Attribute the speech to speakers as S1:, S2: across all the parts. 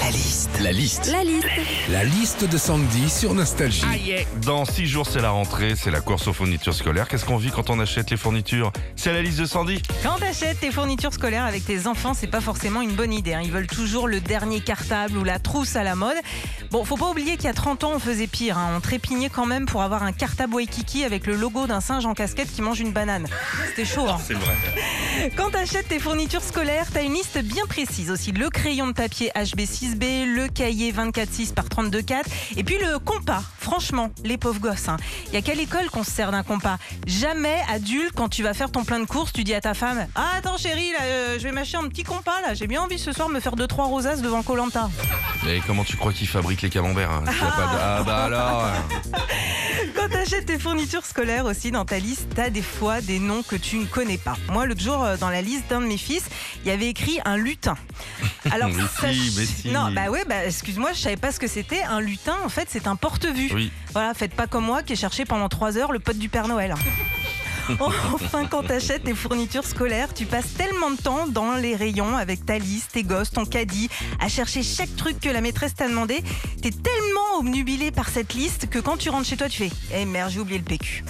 S1: La liste.
S2: La liste.
S3: La liste.
S1: La liste de Sandy sur Nostalgie.
S4: Dans six jours, c'est la rentrée, c'est la course aux fournitures scolaires. Qu'est-ce qu'on vit quand on achète les fournitures C'est la liste de Sandy
S5: Quand t'achètes tes fournitures scolaires avec tes enfants, c'est pas forcément une bonne idée. hein. Ils veulent toujours le dernier cartable ou la trousse à la mode. Bon, faut pas oublier qu'il y a 30 ans, on faisait pire. hein. On trépignait quand même pour avoir un cartable Waikiki avec le logo d'un singe en casquette qui mange une banane. C'était chaud, hein.
S4: C'est vrai.
S5: Quand t'achètes tes fournitures scolaires, t'as une liste bien précise aussi. Le crayon de papier HB6B, le cahier 24-6 par 32-4, et puis le compas. Franchement, les pauvres gosses. hein. Y a qu'à l'école qu'on se sert d'un compas. Jamais, adulte, quand tu vas faire ton plein de courses, tu dis à ta femme Ah, attends, chérie, là, euh, je vais m'acheter un petit compas, là. J'ai bien envie ce soir de me faire deux, trois rosaces devant Colanta.
S4: Mais comment tu crois qu'ils fabriquent les camemberts hein S'il y a pas de- Ah bah alors hein.
S5: Quand t'achètes tes fournitures scolaires aussi dans ta liste, t'as des fois des noms que tu ne connais pas. Moi, l'autre jour, euh, dans la liste d'un de mes fils, il y avait écrit un lutin. Alors,
S4: Mais
S5: ça-
S4: si, mais si.
S5: non, bah ouais, bah excuse-moi, je savais pas ce que c'était. Un lutin, en fait, c'est un porte-vue.
S4: Oui.
S5: Voilà, faites pas comme moi qui ai cherché pendant trois heures le pote du Père Noël. Enfin, quand t'achètes tes fournitures scolaires, tu passes tellement de temps dans les rayons avec ta liste, tes gosses, ton caddie, à chercher chaque truc que la maîtresse t'a demandé. T'es tellement obnubilé par cette liste que quand tu rentres chez toi, tu fais Eh merde, j'ai oublié le PQ.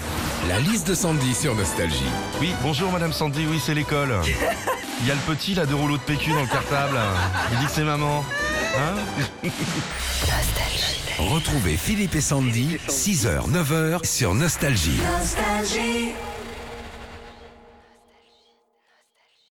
S1: La liste de Sandy sur Nostalgie.
S4: Oui, bonjour Madame Sandy, oui, c'est l'école. Il y a le petit, là, deux rouleaux de PQ dans le cartable. Il dit que c'est maman. Hein
S1: Retrouvez Philippe et Sandy, 6h, 9h sur Nostalgie.
S3: Nostalgie.